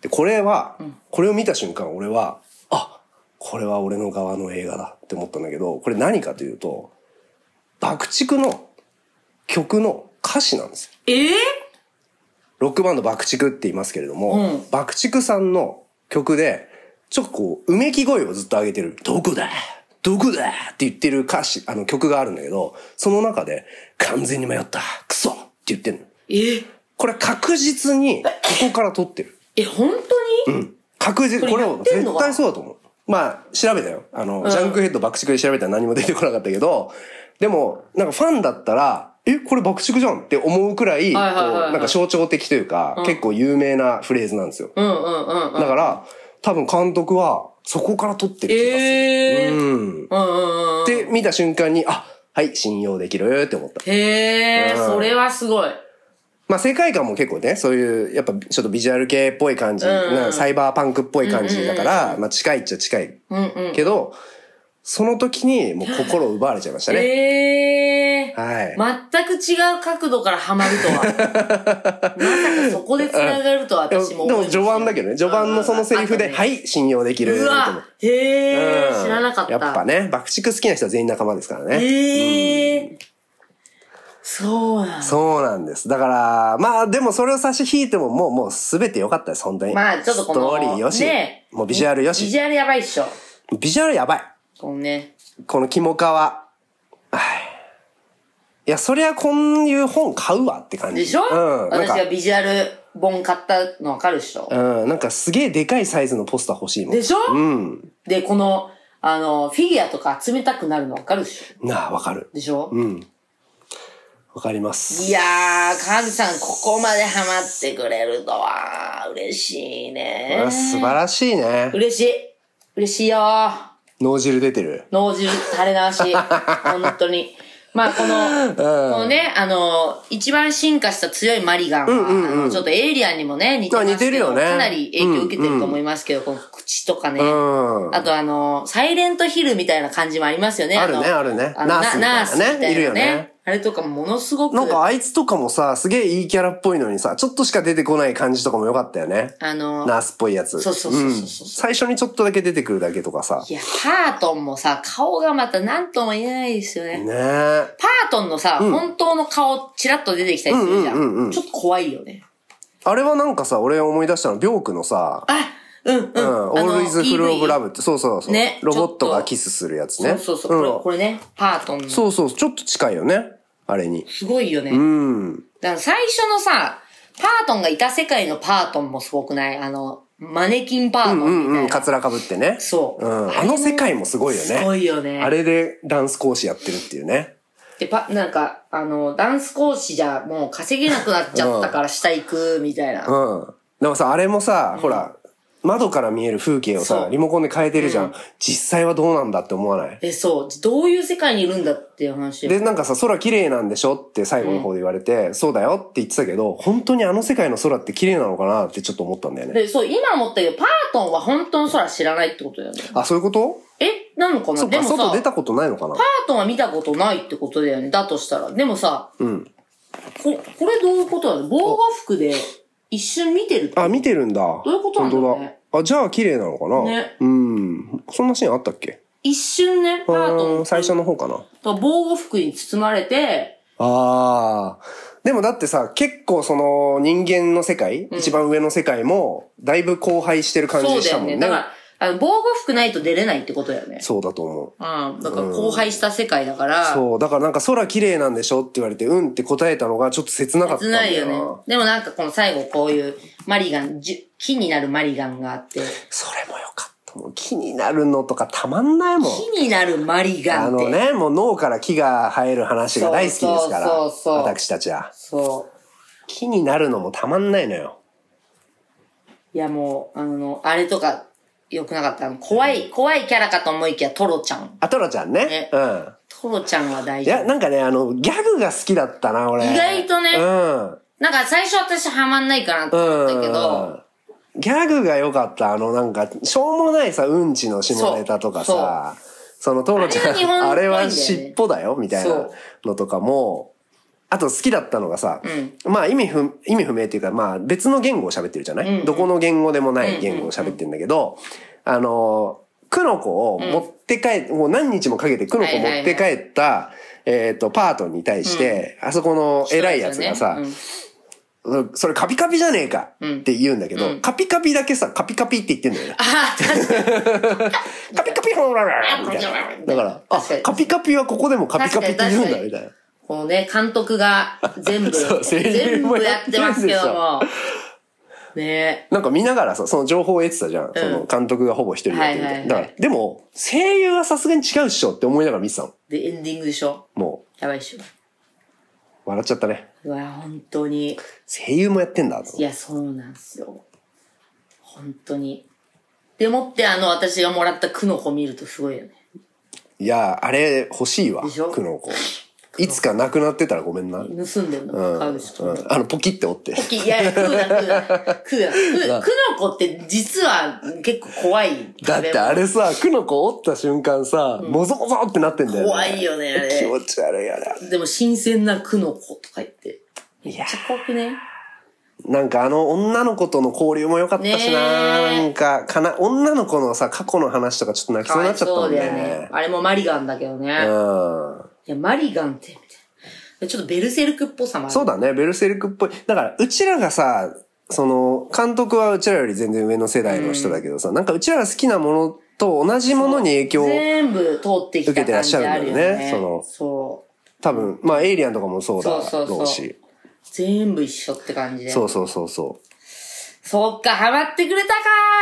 C: で、これは、これを見た瞬間、俺は、あ、これは俺の側の映画だって思ったんだけど、これ何かというと、爆竹の曲の歌詞なんですよ。
B: えー、
C: ロックバンド爆竹って言いますけれども、
B: うん
C: 爆竹さんの曲で、ちょっとこう、うめき声をずっと上げてる、どこだどこだって言ってる歌詞、あの曲があるんだけど、その中で、完全に迷った、クソって言ってるの。
B: え
C: これ確実に、ここから撮ってる。
B: え、本当に、
C: 確実こ
B: こ
C: れ
B: れ
C: を
B: やってん
C: 絶
B: のか
C: 対そうだと思う。まあ、調べたよ。あの、ジャンクヘッド爆竹で調べたら何も出てこなかったけど、でも、なんかファンだったら、え、これ爆竹じゃんって思うくらい、こう
B: はいはいはいはい
C: なんか象徴的というか、結構有名なフレーズなんですよ。
B: うん、うんうんうんうん。
C: だから、多分監督は、そこから撮ってる気がする。
B: えー、
C: うん。
B: うんうんうん。
C: で、見た瞬間に、あ、はい、信用できるって思った。
B: へえ、
C: うん
B: それはすごい。
C: まあ世界観も結構ね、そういう、やっぱちょっとビジュアル系っぽい感じ、
B: うん
C: なんかサイバーパンクっぽい感じだから、まあ近いっちゃ近い
B: うんうん。
C: けど、その時にもう心を奪われちゃいましたね。
B: ええ
C: はい。
B: 全く違う角度からハマる とは。まさかそこで繋がるとは
C: でも
B: 私も思い
C: でも
B: ました
C: 序盤だけどね、序盤のそのセリフで、
B: うんうんうん
C: はい、信用できる
B: う
C: と思っ
B: わへえ、
C: うん
B: 知らなかった。
C: やっぱね、爆竹好きな人は全員仲間ですからね。
B: へえ、そうなんだ。
C: そうなんです。だから、まあでもそれを差し引いてももう、もうすべて良かったです、本当に。
B: まあ、ちょっとこの、
C: ストーリーよし、
B: ね
C: もうビジュアルよ
B: ビジ
C: し。
B: ュアルやばいっしょ。
C: ビジュアルやばい。
B: このね。
C: このキモカは。はいいや、そりゃこういう本買うわって感じ。
B: でしょ、
C: うん。なん
B: 私
C: か
B: は、ビジュアル本買ったのわかるっしょ。
C: うん、なんかすげえでかいサイズのポスター欲しいもん。
B: でしょ、
C: うん。
B: で、この、あの、フィギュアとか集めたくなるのわかるっしょ。
C: なあ、わかる。
B: でしょ、
C: うん。わかります。
B: いやー、カズさん、ここまでハマってくれるとは、嬉しいね
C: う。わ素晴らしいね。
B: 嬉しい。嬉しいよー。
C: 脳汁出てる。
B: 脳汁垂れ流 し。本当に。まあ、この、このね、あの、一番進化した強いマリガンは、あのちょっとエイリアンにもね、似てますけど
C: あ似てるよね
B: かなり影響受けてると思いますけど、この口とかね。
C: うん。
B: あとあの、サイレントヒルみたいな感じもありますよね。
C: あるね
B: の
C: あるね
B: あの
C: ナースみたいなね
B: ナースみたいなね。
C: いるよね
B: あれとかもものすごく、
C: なんかあいつとかもさ、すげえいいキャラっぽいのにさ、ちょっとしか出てこない感じとかも良かったよね。
B: あの、
C: ナースっぽいやつ。
B: そうそうそうそうそうん
C: 最初にちょっとだけ出てくるだけとかさ。
B: いや、パートンもさ、顔がまた何とも言えないですよね。
C: ねえ。
B: パートンのさ、本当の顔、チラッと出てきたりするじゃん,、
C: うんうんうんうん
B: ちょっと怖いよね。
C: あれはなんかさ、俺思い出したの、ビョークのさ、
B: あ、うんうん。
C: うん、オールイズフルオブラブって、そうそうそう。
B: ね
C: ロボット
B: ちょっ
C: が
B: と
C: キスするやつ
B: ね
C: ね。。
B: そうそうそう、こ
C: ん
B: れ。これね、パートンの。
C: そうそう、ちょっと近いよね。あれに。
B: すごいよね。
C: うん。
B: だから最初のさ、パートンがいた世界のパートンもすごくないあの、マネキンパートンみた
C: う
B: いな。
C: んうん、カツラかぶってね。
B: そう
C: うん。あの世界もすごいよね。
B: すごいよね。
C: あれでダンス講師やってるっていうね。
B: で、パ、なんか、あの、ダンス講師じゃもう稼げなくなっちゃったから下行く、みたいな。
C: うん。でもさ、あれもさ、ほら、窓から見える風景を
B: そ
C: さ、
B: う
C: リモコンで変えてるじゃん。実際はどうなんだって思わない
B: え、そう。どういう世界にいるんだっていう話。
C: で、なんかさ、空綺麗なんでしょって最後の方で言われて、そうだよって言ってたけど、本当にあの世界の空って綺麗なのかなってちょっと思ったんだよね。
B: で、そう、今思ったけど、パートンは本当の空知らないってことだよね。
C: あ、そういうこと
B: え、なのかな
C: そっ
B: で
C: か、
B: もさ、
C: 外
B: パ
C: 出
B: ー
C: たことないのかな
B: トンは見たことないってことだよね。だとしたら。でもさ、
C: うん。
B: こ、これどういうことなの防護服で一瞬見てるって
C: あ、見てるんだ。ど
B: ういうことなんだろうね
C: あ、じゃあ綺麗なのかな
B: ね
C: うん。そんなシーンあったっけ
B: 一瞬ね、パート
C: う
B: ン
C: ん、最初
B: の
C: の方かな。
B: 防護服に包まれて、
C: ああ。でもだってさ、結構その人間の世界、一番上の世界も、だいぶ荒廃してる感
B: そ
C: じ
B: う
C: し
B: だ
C: た
B: よ
C: もんね。
B: ね。だから、あの防護服ないと出れないってことだよね。
C: そうだと思う。
B: うん。だから、荒廃した世界だから、
C: そう、だからなんか空綺麗なんでしょって言われて、うんって答えたのがちょっと切なかった
B: 切
C: んだ
B: な
C: よ
B: いよね。でもなんかこの最後こういうマリガン、じゅ木になるマリガンがあって、
C: それもよかった。もう気になるのとかたまんないもん。
B: 木になるマリガン
C: あ
B: って。
C: のね、もう脳から木が生える話が大好きですから、
B: そうそうそう
C: 私たちは。
B: そう。
C: 木になるのもたまんないのよ。
B: いやもう、あの、あれとか、良くなかった。あの怖い、怖いキャラかと思いきや、トロちゃん。
C: あ、トロちゃんね。
B: ね
C: うん。
B: トロちゃんは大
C: い
B: 丈
C: や、
B: 夫。
C: なんかね、あの、ギャグが好きだったな、俺。
B: 意外とね
C: うん。
B: なんか最初私ハマんないかなと思ったけど、
C: ギャグが良かった。あの、なんか、しょうもないさ、うんちの下ネタとかさ、その、トロちゃ
B: あれが日本っぽいんだよね
C: ん、あれは尻尾だよ、みたい
B: そ
C: な
B: う
C: のとかも、あと好きだったのがさ、まあ意味不、意味不明っていうか、まあ別の言語を喋ってるじゃない、どこの言語でもない言語を喋ってるんだけど、あの、クノコを持って帰っ、もう何日もかけてクノコを持って帰った、えっ、と、パートに対して、あそこの偉いやつがさ、
B: うん
C: それカピカピじゃねえかって言うんだけど、カピカピだけさ、カピカピって言ってんだよね。
B: あー確かに
C: カピカピほらららみたいな。だから、あ
B: 確かに、
C: カピカピはここでもカピカピって言うん
B: 確か
C: だ、
B: に
C: みたいな。
B: このね、監督が全部、
C: そう声優
B: 全
C: も
B: 部
C: や
B: や
C: っ
B: ってて
C: るん
B: ま
C: です
B: す
C: よ
B: けども。ね
C: なんか見ながらさ、その情報を得てたじゃん。その監督がほぼ一人だってみ
B: は
C: た
B: いい
C: な。
B: はいは
C: だか
B: い
C: ら、でも、声優はさすがに違うっしょって思いながら見てたの。
B: で、エンディングでしょ
C: も
B: やばいっしょ。
C: う、笑っちゃったね。
B: うわ、本当に。
C: 声優もやってんだ、と
B: い。や、そうなんですよ。本当に。でもって、あの、私がもらったクノコ見るとすごいよね。
C: いや、あれ欲しいわ、
B: でしょ
C: クノコ。いつかなくなってたらごめんな。うん。
B: 盗んでる
C: う
B: の
C: ん
B: 買うでしょ。
C: あの、ポキって折って。
B: いやいや、食うな、食うな。食うな。食うな。クノコって実は結構怖い食べ
C: だ
B: 物。
C: ってあれさ、クノコ折った瞬間さ、もぞもぞってなってんだよね。
B: 怖いよねあれ
C: 気持ち悪いよね。
B: でも新鮮なクノコとか言って。めっちゃ怖くね。
C: なんかあの女の子との交流も良かったしな、
B: ねえ
C: なんか、かな、女の子のさ、過去の話とかちょっと泣き
B: か
C: そうに
B: わ
C: ないっちゃったも
B: そ
C: ん
B: う
C: ね。
B: だよね。あれもマリガンだけどね。
C: う
B: いや、マリガンって、みたいな。ちょっとベルセルクっぽさもあ
C: ん。
B: る。
C: そうだね、ベルセルクっぽい。だから、うちらがさ、その、監督はうちらより全然上の世代の人だけどさ、なんかうちらが好きなものと同じものに影響を、
B: 全部通ってきた感じあるよ
C: 受けてらっしゃるんだよね
B: ね。
C: その
B: そう。
C: 多分、まあ、エイリアンとかもそうだろうし。
B: そうそうそう全部一緒って感じで。
C: そうそうそうそう。
B: そっか、ハマってくれた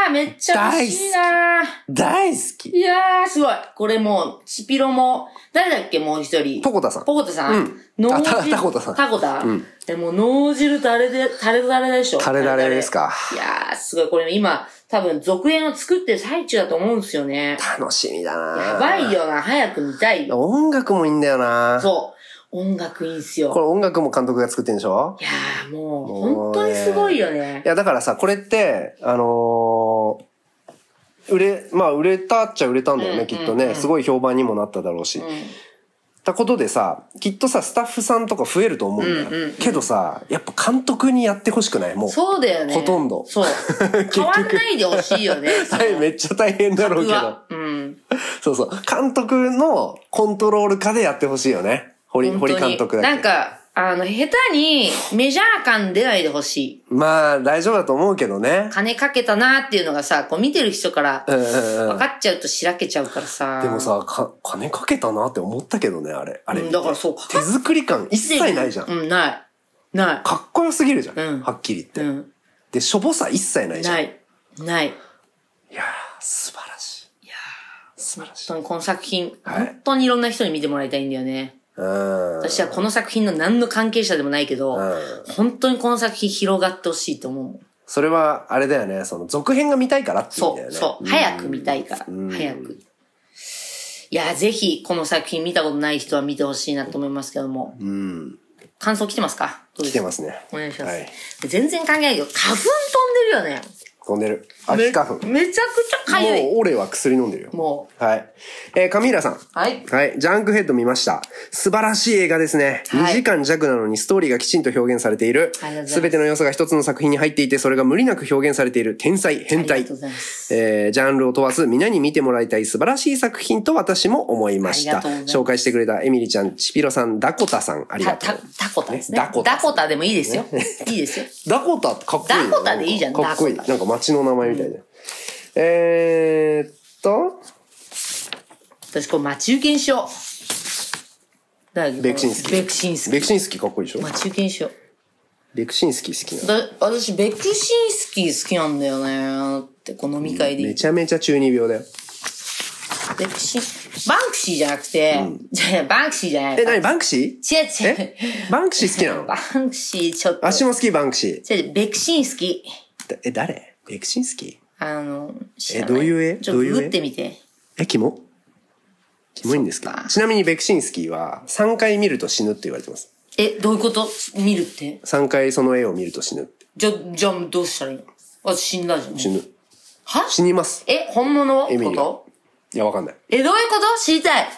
B: かめっちゃ嬉しいな
C: 大好き
B: いやー、すごい。これもう、チピロも、誰だっけもう一人。
C: ポコタさん
B: ポコタさん。
C: うん
B: 脳汁
C: あたタコタさん
B: タコタ
C: うん
B: でも、脳汁タレで、タレタレでしょ
C: タレタレですか
B: タレタレいやー、すごい。これ今、多分、続編を作ってる最中だと思うんですよね。
C: 楽しみだな
B: やばいよな。早く見たいよ。
C: 音楽もいいんだよな
B: そう。音楽いいんすよ
C: こ。れ音楽も監督が作ってんでしょ
B: いやー、もう、
C: もうね
B: 本当にすごいよね
C: い。や、だからさ、これって、あのー売れ、まあ、売れたっちゃ売れたんだよね、
B: うん
C: きっと
B: うんう
C: ね。
B: ん
C: すごい評判にもなっただろうし。たことでさ、きっとさ、スタッフさんとか増えると思うんだよ。
B: うんうんうん
C: けどさ、やっぱ監督にやってほしくないもう。
B: そうだよね。
C: ほとんど
B: そう。変わんないでほしいよね。
C: はい、 めっちゃ大変だろうけど
B: は。。うん。
C: そうそう。監督のコントロール下でやってほしいよね。堀、
B: 本当
C: 堀
B: に
C: 監督だっけ
B: なんか、あの、下手にメジャー感出ないでほしい。
C: まあ、大丈夫だと思うけどね。
B: 金かけたなっていうのがさ、こう見てる人から
C: うんうんうん
B: 分かっちゃうとしらけちゃうからさ。
C: でも、さ、か、金かけたなって思ったけどね、あれ。あれ見
B: う
C: て。
B: んだからそうか
C: 手作り感一切ないじゃん。
B: うん、ない。な
C: かっこよすぎるじゃん。
B: うん
C: はっきり
B: い。
C: 言
B: う
C: って。
B: ん。
C: で、しょぼさ一切ないじゃん。
B: ないい。ない。
C: やー、素晴らしい。いや素晴らしい。
B: そのこの作品、
C: はい
B: 本当にいろんな人に見てもらいたいんだよね。
C: うん。
B: 私はこの作品の何の関係者でもないけど、
C: ん
B: 本当にこの作品広がってほしいと思うもん。
C: それは、あれだよね、その、続編が見たいからっていうん
B: そ
C: だよ
B: う、
C: ね。
B: そう。
C: ん
B: 早く見たいから。早く。いや、ぜひ、この作品見たことない人は見てほしいなと思いますけども。感想来てますか。
C: 来てますすね。
B: お願いします。
C: はい
B: 全然関係ないけど、花粉飛んでるよね。
C: 飛んでる。秋花粉。もう、
B: めちゃくちゃかゆい。
C: 俺は薬飲んでるよ。
B: も
C: はい。えー、カミーラさん。
B: う。はい。
C: はい。ジャンクヘッド見ました。素晴らしい映画ですね。
B: はい
C: 2時間弱なのにストーリーがきちんと表現されている
B: ありがとうございま。す
C: すべての要素が一つの作品に入っていて、それが無理なく表現されている天才、変
B: あり
C: 態
B: がとうございます。
C: えージャンルを問わず皆に見てもらいたい素晴らしい作品と私も思いまし
B: あり
C: た。
B: がとうございます
C: 紹介してくれたエミリちゃん、チピロさん、ダコタさん、あり
B: た、
C: がと
B: た、
C: う。
B: タコタですね。
C: ねダコタ
B: でもいいですよ。 いいですよ。
C: ダコタってかっこいいよね。
B: ダコタでいいじゃん
C: かっこいい。
B: ダ
C: なん
B: コタ
C: か街の名前みたいで。えーっと、
B: 私、これ、待ち受けにしよう。だ
C: ベクシンスキ
B: ベ
C: ー
B: クシンスキ
C: ベ
B: ー。
C: クシンスキーかっこいいでしょ
B: 待ち受けにしよう。
C: ベクシンスキー好きなの。
B: だ私、ベクシンスキー好きなんだよねって、この飲み会で言
C: め
B: って
C: ちゃめちゃ中二病だよ。
B: ベクシン、バンクシーじゃなくて、じゃあバンクシーじゃない。
C: え、なにバンクシー
B: 違う違う
C: え。バンクシー好きなの
B: バンクシーちょっと。
C: 私も好き、バンクシ
B: 違う違うベクシンスキー。
C: ー。だえ、誰ベクシンスキー
B: あの、知らな
C: えどういう絵
B: ちょっと
C: どういう絵
B: ググってみて。
C: え、キモキモいんですけど
B: そっ。か
C: ちなみにベクシンスキーは3回見ると死ぬって言われてます。
B: え、どういうこと見るって
C: 3回その絵を見ると死ぬって。
B: じゃ、じゃあどうしたらいいのあ、死んだじゃん。
C: 死ぬ。
B: は
C: 死にます。
B: え、本物
C: エ
B: こ
C: ミリア
B: と。
C: いや、わかんない。
B: え、どういうこと知りたい。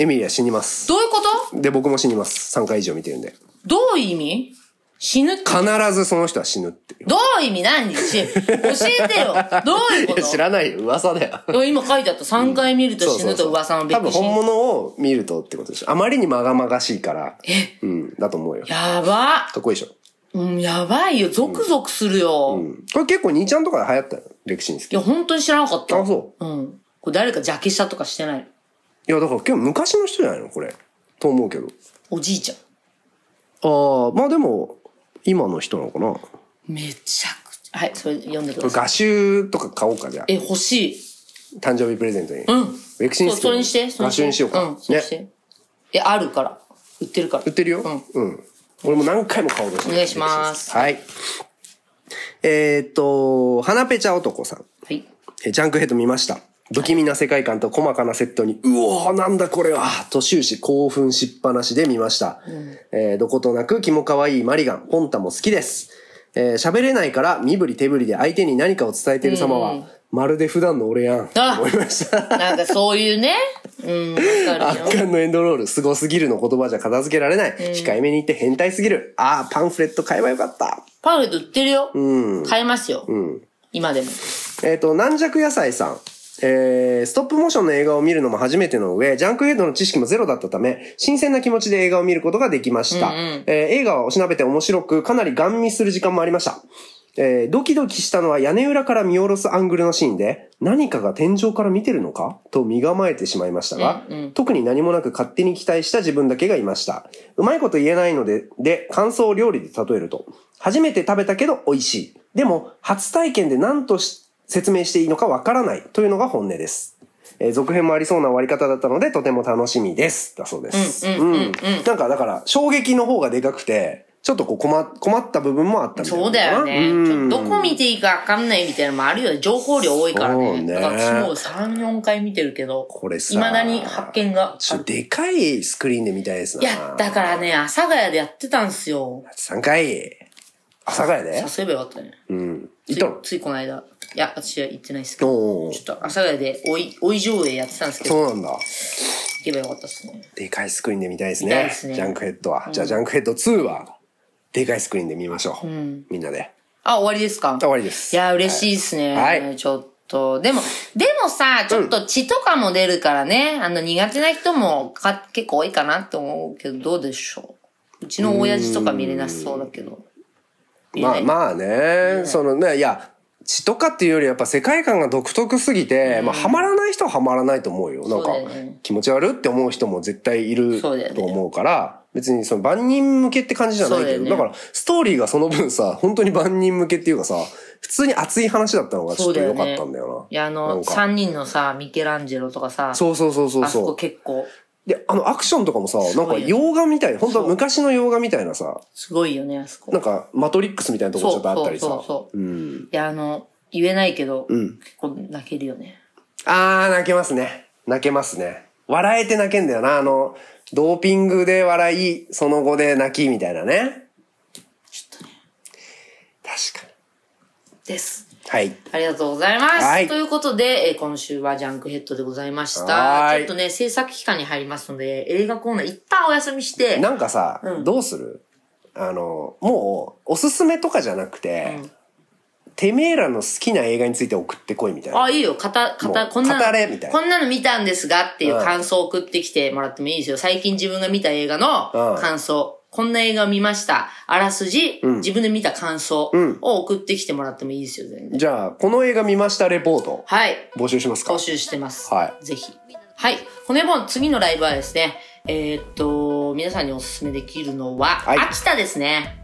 C: エミリア死にます。
B: どういうこと
C: で、僕も死にます。3回以上見てるんで。
B: どういう意味死ぬって
C: 必ずその人は死ぬっていう。
B: どういう意味何し教えてよ。どう いうこ
C: いや、知
B: と
C: らないよ。噂だよ。
B: いや今書いてあった。3回見ると死ぬと噂の
C: 多
B: 別
C: 分
B: に。
C: 本物を見るとってことでしょ。あまりにまがまがしいから。うん、だと思うよ。か
B: やば。
C: っこいいでしょ。
B: うん、やばいよ。ゾクゾクするよ。
C: うん。これ結構兄ちゃんとかで流行ったよ。レクシンス
B: い
C: キー。
B: や、本当に知らなかった。
C: あ、そう。
B: う。うん。これ誰か邪気したとかしてない。
C: いや、だから結構昔の人じゃないのこれ。と思うけど。
B: おじいちゃん。
C: ああ、まあでも、今の人なのかな。こ
B: めちゃくちゃ。はい、それ読んでく
C: れ
B: ださい。
C: 画集とか買おうか、じゃあ。
B: え、欲しい。
C: 誕生日プレゼントに。
B: う。
C: うんェクシ
B: そ
C: ン
B: う、
C: スキー
B: それにして。それ
C: 画集にしようか。
B: うん、そうして。え、あるから。売ってるから
C: 売っ。てるよ。
B: う
C: うん。俺も何回も買おうとして
B: お願いします
C: はい。えーっと、花ぺちゃ男さん。
B: はい。
C: えジャンクヘッド見ました。不気味な世界観と細かなセットに、うおーなんだこれはと終始興奮しっぱなしで見ました。えーどことなく気も可愛いマリガン、ポンタも好きです。えー喋れないから身振り手振りで相手に何かを伝えている様は、まるで普段の俺やん。と
B: あ
C: 思いました。
B: なんかそういうね。うん、わかるよ。
C: 圧巻のエンドロール、すごすぎるの言葉じゃ片付けられない。控えめに言って変態すぎる。ああ、パンフレット買えばよかった。
B: パーフェクト売ってるよ。買えますよ。今でも。
C: えっ、と、軟弱野菜さん。えー、ストップモーションの映画を見るのも初めての上、ジャンクヘッドの知識もゼロだったため、新鮮な気持ちで映画を見ることができました。えー映画はおしなべて面白く、かなりガン見する時間もありました。えー、ドキドキしたのは屋根裏から見下ろすアングルのシーンで、何かが天井から見てるのかと身構えてしまいましたが、特に何もなく勝手に期待した自分だけがいました。うまいこと言えないので、で、感想を料理で例えると、初めて食べたけど美味しい。でも、初体験で何とし説明していいのかわからないというのが本音です。えー続編もありそうな終わり方だったので、とても楽しみです。だそうです。
B: うんうんうんうん
C: なんか、だから、衝撃の方がでかくて、ちょっとこう困困った部分もあったみたいな
B: そ
C: の
B: う
C: か
B: だ
C: な。
B: よね。ちょ
C: ん
B: っとどこ見ていいかわかんないみたいなのもあるよね。情報量多いから
C: そう
B: ね。
C: ね
B: だから私もう3、4回見てるけど、
C: これさ
B: 未だに発見が
C: ち
B: あ
C: ょっ
B: る
C: と。でかいスクリーンで見たいですな。
B: いや、だからね、阿佐ヶ谷でやってたんすよ。
C: 3回、阿佐ヶ谷で
B: 誘えばよかったね。
C: うん。
B: つ
C: 行
B: い
C: ったの
B: ついこの間。いや、私は行ってないですけど。
C: お
B: ちょ
C: ー
B: っと阿佐ヶ谷でおい、おい上映やってたんですけど、
C: そ
B: 行
C: うなんだ。
B: けばよかったですね。
C: でかいスクリーンで見たいです
B: 見たい
C: ね。
B: ですね
C: ジャンクヘッドは。じゃあ、ジャンクヘッド2は、でかいスクリーンで見ましょう。みんなで。
B: あ、終わりですか
C: 終わりです。
B: いや、嬉しいですね。
C: はいはい
B: ちょっと。でも、でもさ、ちょっと血とかも出るからね、あの、苦手な人もか結構多いかなって思うけど、どうでしょう。うちの親父とか見れなさそうだけど。
C: まあまあね、そのね、いや、血とかっていうよりやっぱ世界観が独特すぎて、まあハマらない人はハマらないと思うよ。なんか
B: そうだよね
C: 気持ち悪って思う人も絶対いると
B: そうだよね
C: 思うから、別にその万人向けって感じじゃない
B: そうだ
C: け
B: よ
C: ど、
B: ね
C: だからストーリーがその分さ、本当に万人向けっていうかさ、普通に熱い話だったのがちょ
B: そ
C: っ
B: う
C: と
B: だよ
C: 良
B: ね。
C: かったんだよ
B: いや、あ
C: な。な
B: の、
C: んか
B: 三人のさ、ミケランジェロとかさ、
C: そうそうそうそう
B: あそ
C: そ
B: こ
C: う。
B: 結構、
C: で、あのアクションとかもさ、なん
B: ご
C: か
B: いよね
C: 洋画みたい、本当は昔の洋画みたいなさ、
B: すごいよね、あそこ。
C: なんかマトリックスみたいなとこちょ
B: そ
C: っ
B: う
C: とあった
B: そう
C: りさ。
B: そうそう。い
C: うん。
B: や、あの、言えないけど、
C: うん
B: 結構泣けるよね。
C: あー、泣けますね。泣けますね。笑えて泣けんだよな。あの、ドーピングで笑い、その後で泣きみたいなね。確かに。
B: です。
C: はい。
B: ありがとうございます。
C: はい
B: ということで、えー今週はジャンクヘッドでございまし
C: は
B: た。
C: ー
B: ち
C: い
B: ょっとね、制作期間に入りますので、映画コーナー一旦お休みして、
C: なんかさ、
B: うん
C: どうするあの、もう、おすすめとかじゃなくて、
B: うん
C: てめえらの好きな映画について送ってこいみたいな。
B: あ、いいよ、かた、か
C: も
B: た、
C: う
B: こんなの
C: 語れみたいな
B: こんなの見たんですがっていう
C: うん
B: 感想を送ってきてもらってもいいですよ。最近自分が見た映画の
C: うん
B: 感想。こんな映画を見ました。あらすじ、
C: ん
B: 自分で見た感想
C: ん
B: を送ってきてもらってもいいですよ、全然。
C: じゃあ、この映画見ましたレポート。
B: はい。
C: 募集しますか
B: 募集してます。
C: は
B: ぜひ。はい。骨盆、次のライブはですね、えーっと、皆さんにおすすめできるのは、
C: はい
B: 秋田ですね。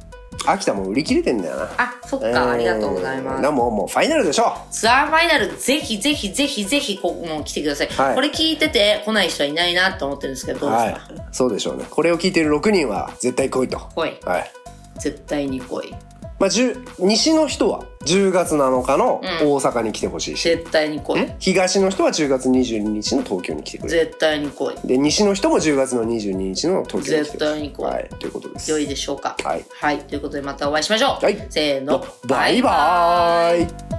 C: 秋田もう売り切れてんだよな。
B: あ、そっか、ありがとうございま
C: で
B: す。
C: もう、もうファイナルでしょ
B: ツアーファイナル、ぜひぜひぜひぜひ、ここもう来てください,、
C: はい
B: これ聞いてて来ない人はいないなと思ってるんですけど、どうです
C: はい
B: か、。
C: そうでしょうね。これを聞いてる6人は絶対来いと。
B: 来い。
C: はい。
B: 絶対に来い。
C: まあ、10西の人は10月7日の
B: うん
C: 大阪に来てほしいし、
B: 絶対に来い
C: 東の人は10月22日の東京に来てくれる
B: 絶対に来い
C: で西の人も10月の22日の東京に来て
B: 絶対に来い、
C: はいということです
B: 良いでしょうか
C: はい、
B: はい、ということでまたお会いしましょう、
C: はい
B: せーの
C: バイバーイ